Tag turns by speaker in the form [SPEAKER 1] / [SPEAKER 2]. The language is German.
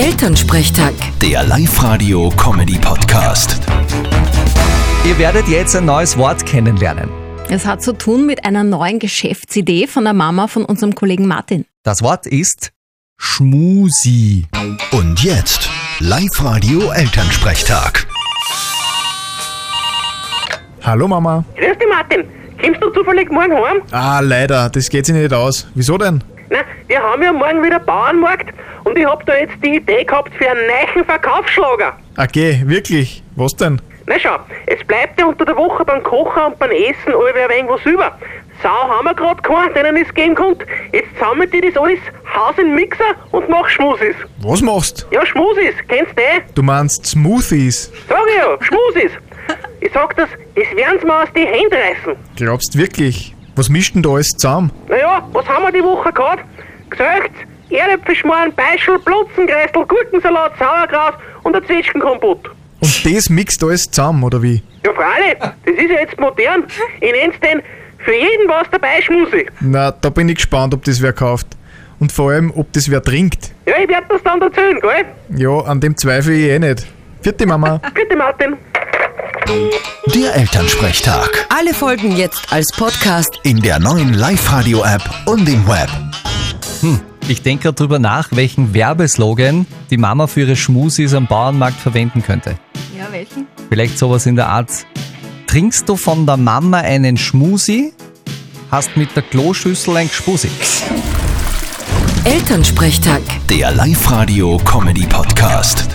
[SPEAKER 1] Elternsprechtag.
[SPEAKER 2] Der Live-Radio-Comedy-Podcast.
[SPEAKER 3] Ihr werdet jetzt ein neues Wort kennenlernen.
[SPEAKER 4] Es hat zu tun mit einer neuen Geschäftsidee von der Mama von unserem Kollegen Martin.
[SPEAKER 3] Das Wort ist Schmusi.
[SPEAKER 2] Und jetzt Live-Radio Elternsprechtag.
[SPEAKER 5] Hallo Mama.
[SPEAKER 6] Grüß dich, Martin. Kommst du zufällig morgen heim?
[SPEAKER 5] Ah, leider, das geht sich nicht aus. Wieso denn?
[SPEAKER 6] Nein, wir haben ja morgen wieder Bauernmarkt und ich hab da jetzt die Idee gehabt für einen neuen Verkaufsschlager.
[SPEAKER 5] Okay, Ah, wirklich. Was denn?
[SPEAKER 6] Na schau, es bleibt ja unter der Woche beim Kochen und beim Essen alle ein wenig was über. Sau haben wir grad keinen, denen es geben konnte. Jetzt sammelt die das alles, haus in den Mixer und mach Schmusis.
[SPEAKER 5] Was machst?
[SPEAKER 6] Ja, Schmusis, kennst du eh?
[SPEAKER 5] Du meinst Smoothies.
[SPEAKER 6] Sag ich ja, Schmusis. Ich sag das, es werden's mir aus die Hände reißen.
[SPEAKER 5] Glaubst wirklich? Was mischt denn da alles zusammen?
[SPEAKER 6] Naja, was haben wir die Woche gehabt? Gesöcht, Erdäpfelschmarrn, Beischel, Plutzenkreisel, Gurkensalat, Sauerkraut und ein Zwetschgenkompott.
[SPEAKER 5] Und das mixt alles zusammen, oder wie?
[SPEAKER 6] Ja, freilich, das ist ja jetzt modern. Ich nenn's den für jeden was dabei Schmusi.
[SPEAKER 5] Na, da bin ich gespannt, ob das wer kauft. Und vor allem, ob das wer trinkt.
[SPEAKER 6] Ja, ich werd das dann erzählen, gell?
[SPEAKER 5] Ja, an dem zweifle ich eh nicht. Vierte Mama.
[SPEAKER 6] Bitte, Martin.
[SPEAKER 2] Der Elternsprechtag.
[SPEAKER 1] Alle Folgen jetzt als Podcast.
[SPEAKER 2] In der neuen Live-Radio-App und im Web.
[SPEAKER 3] Hm, ich denke gerade drüber nach, welchen Werbeslogan die Mama für ihre Schmusis am Bauernmarkt verwenden könnte.
[SPEAKER 4] Ja, welchen?
[SPEAKER 3] Vielleicht sowas in der Art. Trinkst du von der Mama einen Schmusi? Hast mit der Kloschüssel ein Gspusi.
[SPEAKER 1] Elternsprechtag.
[SPEAKER 2] Der Live-Radio-Comedy-Podcast.